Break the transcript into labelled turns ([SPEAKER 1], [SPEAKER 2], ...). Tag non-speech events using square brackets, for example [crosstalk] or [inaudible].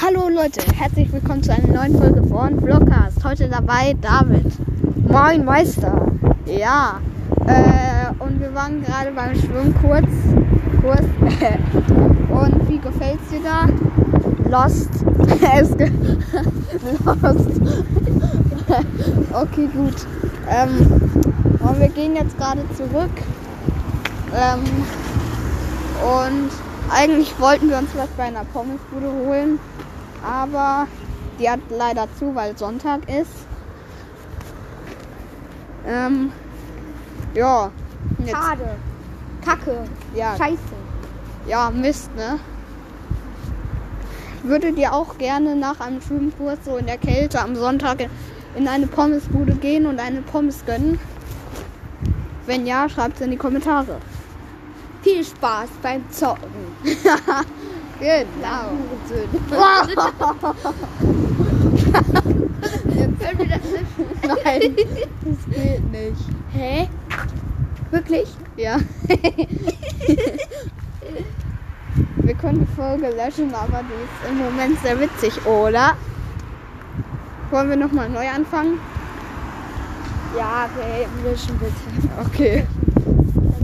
[SPEAKER 1] Hallo Leute, herzlich willkommen zu einer neuen Folge von Vlogcast. Heute dabei David.
[SPEAKER 2] Moin Meister.
[SPEAKER 1] Ja, äh, und wir waren gerade beim Schwimmkurs. Kurs. [laughs] und wie gefällt's dir da?
[SPEAKER 2] Lost.
[SPEAKER 1] [laughs] es ge- Lost. [laughs] okay, gut. Ähm, und wir gehen jetzt gerade zurück. Ähm, und eigentlich wollten wir uns was bei einer Pommesbude holen, aber die hat leider zu, weil Sonntag ist. Ähm, ja. Und Jetzt,
[SPEAKER 2] Schade. Kacke.
[SPEAKER 1] ja,
[SPEAKER 2] Scheiße.
[SPEAKER 1] ja, Mist, ne? Würdet ihr auch gerne nach einem Schwimmkurs so in der Kälte am Sonntag in eine Pommesbude gehen und eine Pommes gönnen? Wenn ja, schreibt es in die Kommentare.
[SPEAKER 2] Viel Spaß beim Zocken.
[SPEAKER 1] Genau.
[SPEAKER 2] Können wir das nicht?
[SPEAKER 1] Nein, das geht nicht.
[SPEAKER 2] Hä? Wirklich?
[SPEAKER 1] [laughs] Ja. Wir können die Folge löschen, aber die ist im Moment sehr witzig, oder? Wollen wir nochmal neu anfangen?
[SPEAKER 2] Ja, wir löschen bitte.
[SPEAKER 1] Okay.